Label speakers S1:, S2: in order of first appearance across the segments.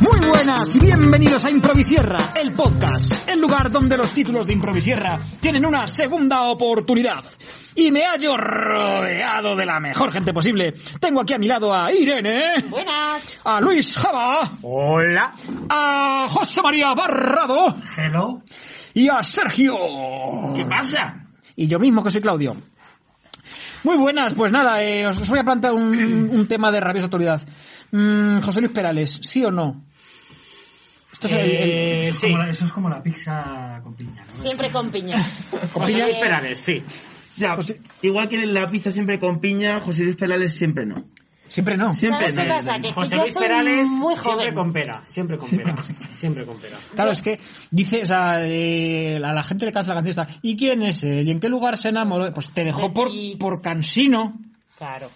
S1: Muy buenas y bienvenidos a Improvisierra, el podcast, el lugar donde los títulos de Improvisierra tienen una segunda oportunidad. Y me hallo rodeado de la mejor gente posible. Tengo aquí a mi lado a Irene,
S2: Buenas.
S1: a Luis Java,
S3: Hola.
S1: a José María Barrado
S3: Hello.
S1: y a Sergio.
S3: ¿Qué pasa?
S1: Y yo mismo que soy Claudio. Muy buenas, pues nada, eh, os, os voy a plantear un, un tema de rabiosa autoridad. Mm, José Luis Perales, ¿sí o no? Esto es el- el-
S4: Eh,
S3: eso, es como la, eso es como la pizza con piña, ¿no?
S2: Siempre con piña. Eh,
S3: Con
S2: piña.
S3: Luis Perales, sí. Ya, igual que la pizza siempre con piña, José Luis Perales siempre no.
S1: Siempre no.
S3: Siempre
S2: ¿Sabes qué pasa? Que- que
S4: José
S2: yo
S4: Luis
S2: soy
S4: Perales
S2: muy
S4: siempre
S2: joven.
S4: con pera, siempre con pera, siempre con pera.
S1: Claro, es que dice, o sea, eh, a la gente le canta la canción esta, ¿y quién es él? ¿Y en qué lugar se enamoró? Pues te dejó por, por cansino.
S2: Claro.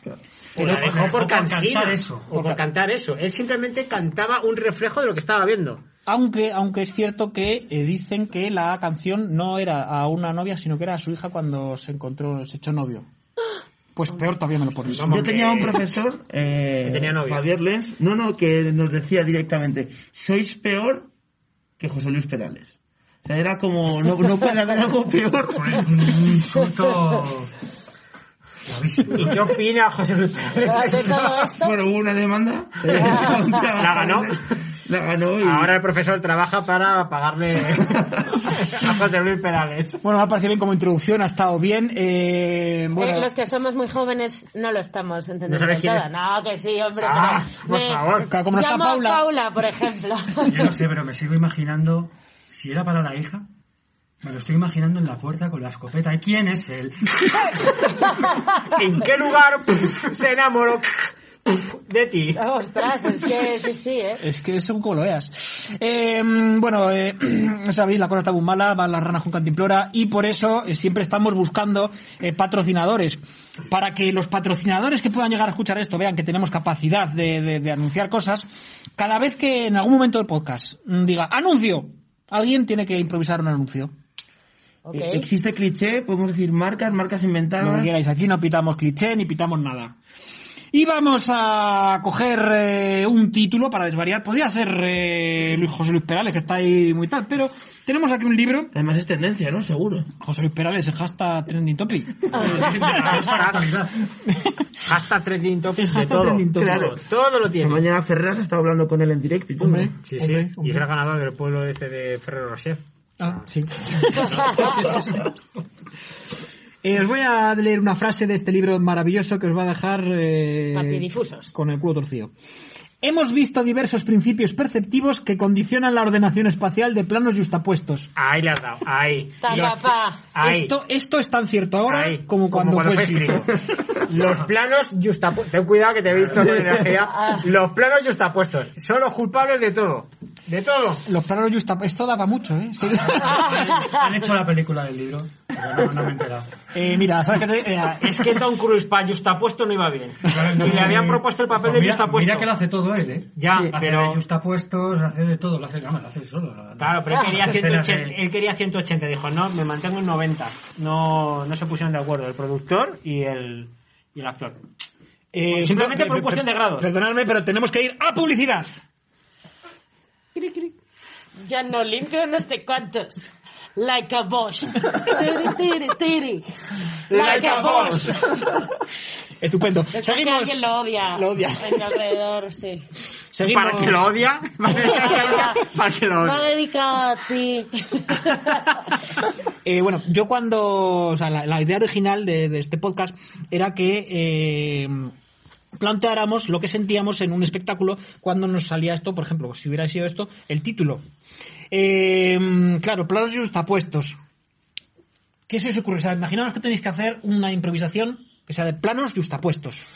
S4: O la dejó por cansina,
S3: cantar eso.
S4: o por cantar eso. Él simplemente cantaba un reflejo de lo que estaba viendo.
S1: Aunque, aunque es cierto que eh, dicen que la canción no era a una novia, sino que era a su hija cuando se encontró, se echó novio. Pues peor todavía me lo pones.
S4: Vamos,
S5: Yo tenía un
S4: que-
S5: profesor, eh,
S4: Que tenía novia.
S5: Javier Lenz, no, no, que nos decía directamente, sois peor que José Luis Perales. O sea, era como, no, no puede haber algo peor.
S3: Un insulto.
S4: ¿Y qué opina José Luis Perales?
S2: De todo esto,
S5: Bueno, hubo una demanda. eh, contra-
S4: La ganó.
S5: La ganó y...
S4: Ahora el profesor trabaja para pagarle a José Luis Perales.
S1: Bueno, me ha parecido bien como introducción, ha estado bien. eh, bueno,
S2: eh, los que somos muy jóvenes no lo estamos
S4: No
S2: entendiendo del
S4: sabes quién
S2: todo.
S4: es.
S2: No, que sí, hombre.
S4: Ah,
S2: pero
S4: por
S2: me-
S4: favor.
S1: Claro, como no está
S2: llamo a
S1: Paula.
S2: por ejemplo.
S3: Yo no sé, pero me sigo imaginando. Si era para la hija, me lo estoy imaginando en la puerta con la escopeta. ¿Y quién es él?
S4: ¿En qué lugar se enamoró de ti?
S2: Ostras, es que sí, sí, ¿eh?
S1: Es que eso como lo veas. Eh, bueno, eh, sabéis, la cosa está muy mala, van las ranas con cantimplora y por eso eh, siempre estamos buscando eh, patrocinadores. Para que los patrocinadores que puedan llegar a escuchar esto vean que tenemos capacidad de, de- de anunciar cosas, cada vez que en algún momento del podcast mm, diga anuncio, alguien tiene que improvisar un anuncio.
S2: Ok.
S5: eh, Existe cliché, podemos decir marcas, marcas inventadas.
S1: Lo que queráis, aquí no pitamos cliché ni pitamos nada. Y vamos a coger eh, un título para desvariar. Podría ser eh, Luis José Luis Perales, que está ahí muy tal, pero tenemos aquí un libro.
S5: Además es tendencia, ¿no? Seguro.
S1: José Luis Perales, el hashtag trending topic.
S4: Hasta trending topics de
S1: hashtag
S4: todo.
S1: trending topic.
S4: Claro, todo lo
S5: Esta
S4: tiene.
S5: mañana Ferraz estaba hablando con él en directo y todo.
S1: Hombre.
S4: Sí, sí. Y es el ganador del pueblo ese de Ferrero Rocher.
S1: Ah, sí. Eh, os voy a leer una frase de este libro maravilloso que os va a dejar eh,
S2: Patidifusos.
S1: con el culo torcido. Hemos visto diversos principios perceptivos que condicionan la ordenación espacial de planos justapuestos.
S4: Ahí le has dado, ahí.
S2: Tacapá.
S4: Ahí.
S1: Esto, esto es tan cierto ahora
S4: Ahí,
S1: como, cuando fue escrito.
S4: Los planos justapuestos. Ten cuidado que te he visto con energía. Los planos justapuestos. Son los culpables de todo. De todo.
S1: Los planos justa... Esto daba mucho, ¿eh? Sí.
S3: Han hecho la película del libro. Pero no, no me he enterado.
S1: Eh, mira, ¿sabes qué te- eh,
S4: Es que Tom Cruise para justapuesto no iba bien.
S3: No,
S4: Y le
S3: no,
S4: habían
S3: no.
S4: propuesto el papel
S3: Pues
S4: de
S3: mira,
S4: justapuesto.
S3: Mira que lo hace todo él, ¿eh?
S4: Ya,
S3: Hace
S4: pero-
S3: de justapuestos, hace de todo, lo hace, vamos, lo hace solo. la verdad.
S4: Claro, pero él quería,
S3: Esas escenas
S4: 180, él quería 180, dijo, no, me mantengo en 90. No, no se pusieron de acuerdo el productor y el, y el actor.
S1: eh,
S4: Simplemente
S1: siento-
S4: por cuestión de grados.
S1: Perdonadme, pero tenemos que ir a publicidad.
S2: Ya no limpio no sé cuántos. Like a Bosch. Tiri, tiri, tiri. Like a Bosch.
S1: Estupendo.
S2: Es que
S1: Seguimos.
S2: alguien lo odia.
S1: Lo odia.
S2: En mi alrededor, sí.
S1: Seguimos.
S4: Para que lo odia. Para que lo
S2: Va
S4: odia.
S2: dedicado a ti.
S1: Eh, bueno, yo cuando. O sea, la, la idea original de, de este podcast era que. eh, planteáramos lo que sentíamos en un espectáculo cuando nos salía esto, por ejemplo, si hubiera sido esto, el título. Eh, claro, planos justapuestos. ¿Qué se os ocurre? O sea, imaginaos que tenéis que hacer una improvisación que sea de planos justapuestos.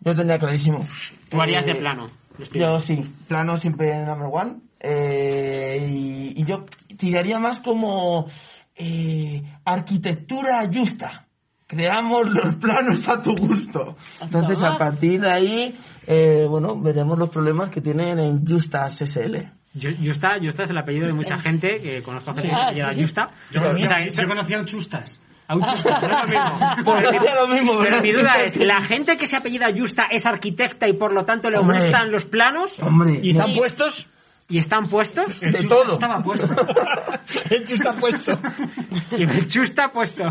S5: Yo tenía clarísimo. Eh,
S4: Tú harías de plano.
S5: Yo sí, plano siempre number one. Eh, y, y yo tiraría más como eh, arquitectura justa. Creamos los planos a tu gusto. Entonces, a partir de ahí, eh, bueno, veremos los problemas que tienen en Justa SSL.
S4: Justa, Justa es el apellido de mucha gente que conozco a gente
S2: Ah,
S4: que lleva
S2: sí.
S4: Justa.
S3: Yo,
S4: O sea,
S3: conocía,
S4: eso-
S3: yo conocía a un chustas.
S4: a un Justa, pero es lo mismo.
S5: Pues decía lo mismo,
S4: Pero
S5: ¿verdad?
S4: mi duda es, ¿la gente que se apellida Justa es arquitecta y por lo tanto le
S5: Hombre.
S4: gustan los planos?
S5: Hombre,
S4: ¿Y están
S2: Sí.
S4: puestos? ¿Y están puestos?
S3: El
S5: De
S3: chustas
S5: todo.
S3: Estaba puesto.
S1: El chusta puesto.
S4: Y el Justa puesto.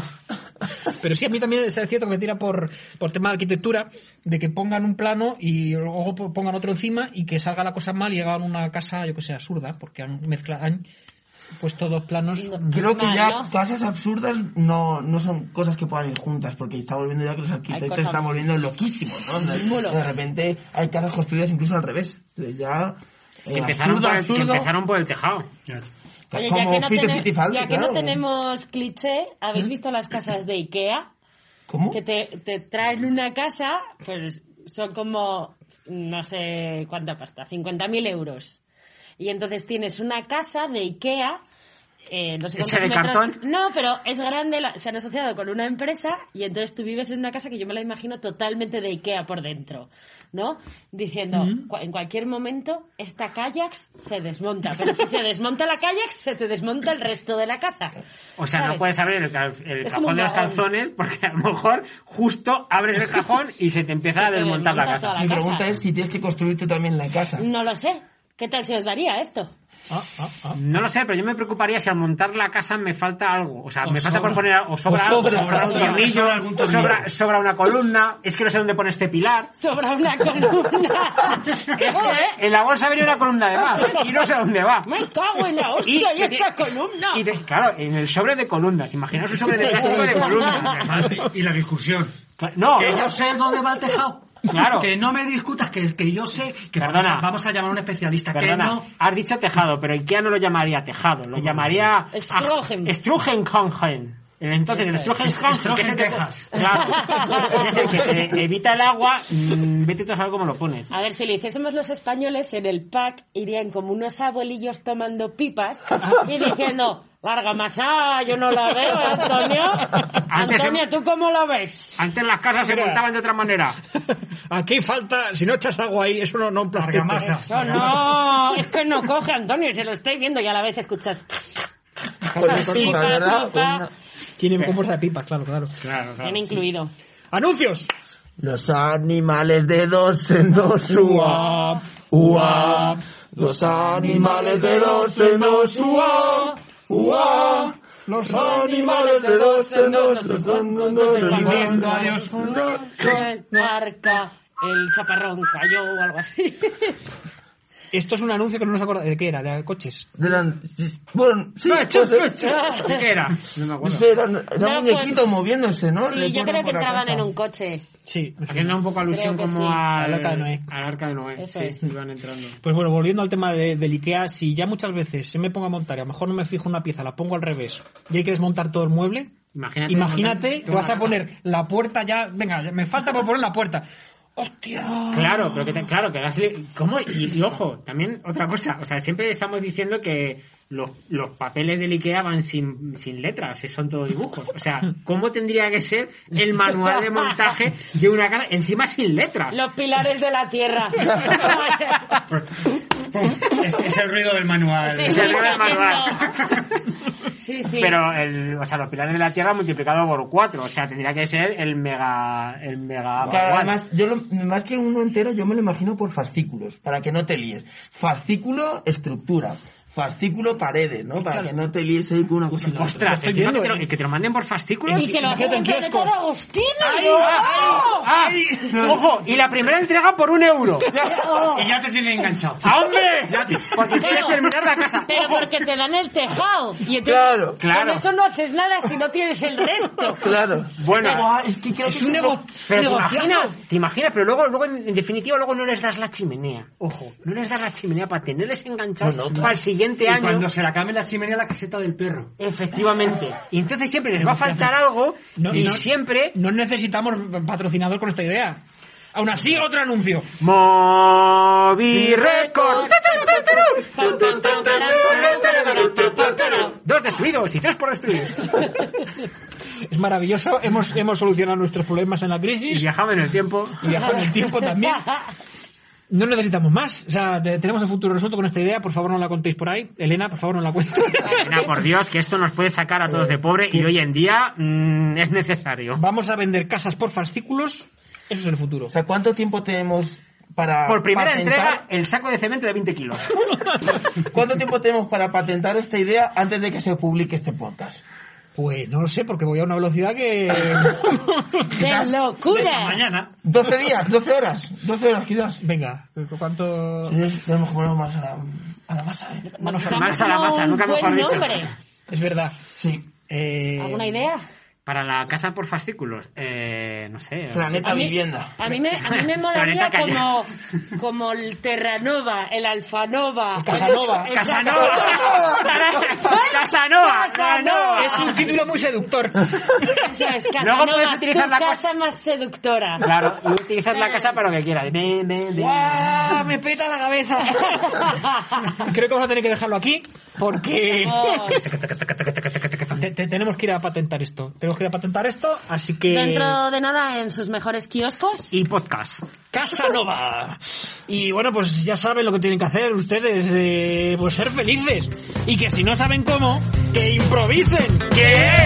S1: Pero sí, a mí también es cierto que me tira por, por tema de arquitectura, de que pongan un plano y luego po- pongan otro encima y que salga la cosa mal y hagan una casa, yo que sé, absurda, porque han mezclado, han puesto dos planos.
S5: Creo que ya
S2: Mal, ¿no?
S5: casas absurdas no, no son cosas que puedan ir juntas, porque está volviendo ya que los
S2: cosas
S5: arquitectos están volviendo loquísimos, ¿no? De, de repente hay casas construidas incluso al revés. Entonces Ya eh,
S4: Que empezaron,
S5: absurdo,
S4: por el, que
S5: absurdo,
S4: empezaron por el tejado.
S2: Oye, ya
S5: como
S2: que, no,
S5: Fito
S2: tene-
S5: Fittipaldi,
S2: ya que
S5: claro.
S2: no tenemos cliché, ¿habéis visto las casas de Ikea?
S5: ¿Cómo?
S2: Que te, te traen una casa, pues son como, no sé cuánta pasta, 50.000 euros. Y entonces tienes una casa de Ikea, eh, no sé
S4: ¿Hecha
S2: cuántos
S4: de
S2: metros-
S4: cartón?
S2: No, pero es grande, la- se han asociado con una empresa y entonces tú vives en una casa que yo me la imagino totalmente de Ikea por dentro, ¿no? Diciendo, "Cu- en cualquier momento esta kayaks se desmonta, pero si se desmonta la kayaks, se te desmonta el resto de la casa.
S4: O sea, no
S2: ¿Sabes?
S4: puedes abrir el, cal- el
S2: Es como
S4: cajón
S2: un
S4: de los
S2: vagón.
S4: calzones porque a lo mejor justo abres el cajón y se te empieza a
S2: Se te
S4: desmontar la
S2: desmonta toda
S4: casa.
S2: la
S5: Mi
S2: casa.
S5: pregunta es si tienes que construir tú también la casa.
S2: No lo sé. ¿Qué tal se os daría esto?
S1: Ah, ah, ah.
S4: No lo sé, pero yo me preocuparía si al montar la casa me falta algo. O sea,
S1: O
S4: me falta por
S1: sobra.
S4: poner algo. O sobra,
S1: O
S4: algo,
S1: sobra,
S4: sobra un
S1: sobra,
S4: tornillo,
S3: sobra algún tornillo.
S4: sobra- sobra una columna. Es que no sé dónde pone este pilar.
S2: Sobra una columna. Eh,
S4: Es que en la bolsa viene una columna de más y no sé dónde va.
S2: Me cago en la hostia y,
S4: te-
S2: esta pues columna.
S4: y te- claro, en el sobre de columnas. Imaginaos un sobre de plástico de columnas.
S3: Y la discusión.
S4: Cla- No,
S3: Que yo sé dónde va el tejado.
S4: Claro.
S3: Que no me discutas, que, que yo sé que vamos
S4: Perdona.
S3: a, vamos a llamar a un especialista.
S4: perdona,
S3: Que no.
S4: has dicho tejado, pero IKEA no lo llamaría tejado, lo llamaría
S2: Strugen.
S4: Ah, Strugenkongen. Entonces, el
S2: Eso
S4: Strugenkongen, que es el que,
S3: Texas.
S4: Claro, es el que eh, evita el agua, mm, vete tú a saber cómo lo pones.
S2: A ver, si le hiciésemos los españoles, en el pack irían como unos abuelillos tomando pipas y diciendo, larga masá, yo no la veo, Antonio.
S4: Antes-
S2: Antonio, ¿tú cómo lo ves?
S4: Antes las casas se
S1: Mira.
S4: montaban de otra manera.
S1: Aquí falta, si no echas agua ahí, eso no, no plastica.
S3: Argamasa.
S2: Eso no, es que no coge, Antonio, se lo estoy viendo y a la vez escuchas.
S5: Con el
S2: pipa,
S5: pipa, ¿verdad?
S2: pipa.
S5: Una-
S1: Tienen compras de pipas, claro, claro.
S4: Claro,
S2: Bien incluido.
S1: ¡Anuncios!
S5: Los animales de dos en dos, ua, ua. Los animales de dos en dos, ua, ua. Los animales de dos en dos, los en dos,
S3: Diciendo adiós.
S2: El marca, el chaparrón cayó o algo así.
S1: Esto es un anuncio que no nos acordamos. ¿De qué era? ¿De coches?
S5: De la- Bueno, sí,
S1: Coches,
S5: pues,
S1: coches.
S4: ¿Qué era? No me acuerdo.
S5: sí, eran, eran
S2: No,
S5: muñequitos moviéndose, ¿no? Le
S2: Sí, yo creo
S5: ponen por
S2: que
S5: la
S2: entraban
S5: casa.
S2: en un coche.
S1: Sí. me suena.
S4: Haciendo un poco alusión
S2: Creo que
S4: como
S2: sí.
S4: al,
S1: Al arca de Noé.
S4: al arca de Noé.
S2: Eso
S4: sí,
S2: es.
S4: iban entrando.
S1: Pues bueno, volviendo al tema de, del IKEA, si ya muchas veces se me pongo a montar y a lo mejor no me fijo en una pieza, la pongo al revés y hay que desmontar todo el mueble,
S4: Imagínate,
S1: imagínate que
S4: montar
S1: vas a
S4: toda la
S1: poner la puerta ya, venga, me falta por poner la puerta. ¡Hostia!
S4: Claro, pero que te- claro, que hagas li- ¿Cómo? Y, y ojo, también otra cosa, o sea, siempre estamos diciendo que los, los papeles del IKEA van sin, sin letras, que son todos dibujos. O sea, ¿cómo tendría que ser el manual de montaje de una cara encima sin letras?
S2: Los pilares de la tierra.
S3: Este es el ruido del manual.
S2: Sí,
S4: Es el ruido del
S2: haciendo-
S4: manual.
S2: Sí, sí.
S4: Pero el, o sea, los pilares de la Tierra multiplicado por cuatro, o sea, tendría que ser el mega el mega
S5: Que
S4: manual.
S5: además, yo lo- más que uno entero, yo me lo imagino por fascículos, para que no te líes. Fascículo, estructura. Fascículo, paredes, ¿no? Para que no te líes ahí con una cosa. y la otra.
S4: Ostras,
S1: estoy
S4: encima
S1: viendo,
S4: que, te lo,
S1: eh.
S4: y que te lo manden por fascículos.
S2: y que lo
S1: imagínate en
S2: hacen de
S1: kioscos.
S2: todo Agustín.
S4: ¡Ay,
S2: ¿no?
S4: ah, ah, ojo, y la primera entrega por un euro.
S3: Y ya te tienen enganchado.
S4: ¡Ah, ¡Hombre! Porque quieres terminar la casa.
S2: Pero porque te dan el tejado. Y entonces,
S5: Claro.
S4: Claro.
S2: Con eso no haces nada si no tienes el resto.
S5: Claro.
S4: Bueno.
S5: Buah, es que creo que
S1: un
S5: eso-
S1: nego-
S4: Pero te
S5: negociazo.
S4: imaginas, te imaginas, pero luego, luego en en definitiva, luego no les das la chimenea. Ojo, no les das la chimenea para tenerles enganchados
S5: No, no,
S4: para el siguiente
S3: Y
S4: año.
S3: cuando se la cambie la chimenea, la caseta del perro.
S4: Efectivamente. Y entonces siempre les va a faltar algo
S1: No,
S4: y
S1: no.
S4: siempre...
S1: No necesitamos patrocinador con esta idea. Aún así, otro anuncio.
S4: Movirecord. Dos destruidos y tres por destruir.
S1: Es maravilloso. Hemos, hemos solucionado nuestros problemas en la
S4: Y
S1: crisis
S4: viajamos en el tiempo.
S1: y viajado en el tiempo también. No necesitamos más. O sea, te- tenemos el futuro resuelto con esta idea. Por favor, no la contéis por ahí. Elena, por favor, no la cuentes.
S4: Elena, por Dios, que esto nos puede sacar a todos de pobre y hoy en día mm, es necesario.
S1: Vamos a vender casas por fascículos. Eso es el futuro.
S5: O sea, ¿cuánto tiempo tenemos para
S4: Por primera
S5: patentar-
S4: entrega, el saco de cemento de 20 kilos.
S5: ¿Cuánto tiempo tenemos para patentar esta idea antes de que se publique este podcast?
S1: Pues no lo sé, porque voy a una velocidad que...
S2: ¡De locura!
S4: Mañana.
S5: 12 días, 12 horas, 12 horas quizás.
S1: Venga, ¿cuánto...?
S5: Señores, tenemos que poner más a la, a la masa, ¿eh?
S2: Damos
S4: Manos armadas a la masa,
S2: un
S4: nunca mejor
S2: buen
S4: dicho.
S2: nombre.
S1: Es verdad.
S5: Sí.
S1: Eh,
S2: ¿Alguna idea?
S4: Para la casa por fascículos, eh, no sé.
S5: Planeta
S2: A mí-
S5: Vivienda.
S2: A mí me, a mí me
S4: Planeta
S2: molaría
S4: Calle.
S2: como, como el Terranova, el Alfanova.
S1: El Casanova.
S2: el
S4: ¡Casanova! ¡Casanova!
S2: Casanova.
S1: Es un título muy seductor.
S2: Eso es, Casanova,
S4: Luego puedes utilizar
S2: tu
S4: la cosa-
S2: casa más seductora.
S4: Claro, y utilizas la casa para lo que quieras. Ven, ven, ven.
S1: ¡Guau! Ah, ¡Me peta la cabeza! Creo que vamos a tener que dejarlo aquí porque
S2: Vamos.
S1: te- te- tenemos que ir a patentar esto. Tenemos que ir a patentar esto, así
S4: Eh.
S1: que...
S2: Dentro de nada en sus mejores kioscos.
S4: Y podcast.
S1: Casanova. Y bueno, pues ya saben lo que tienen que hacer ustedes, eh, pues ser felices. Y que si no saben cómo, que improvisen. ¡Que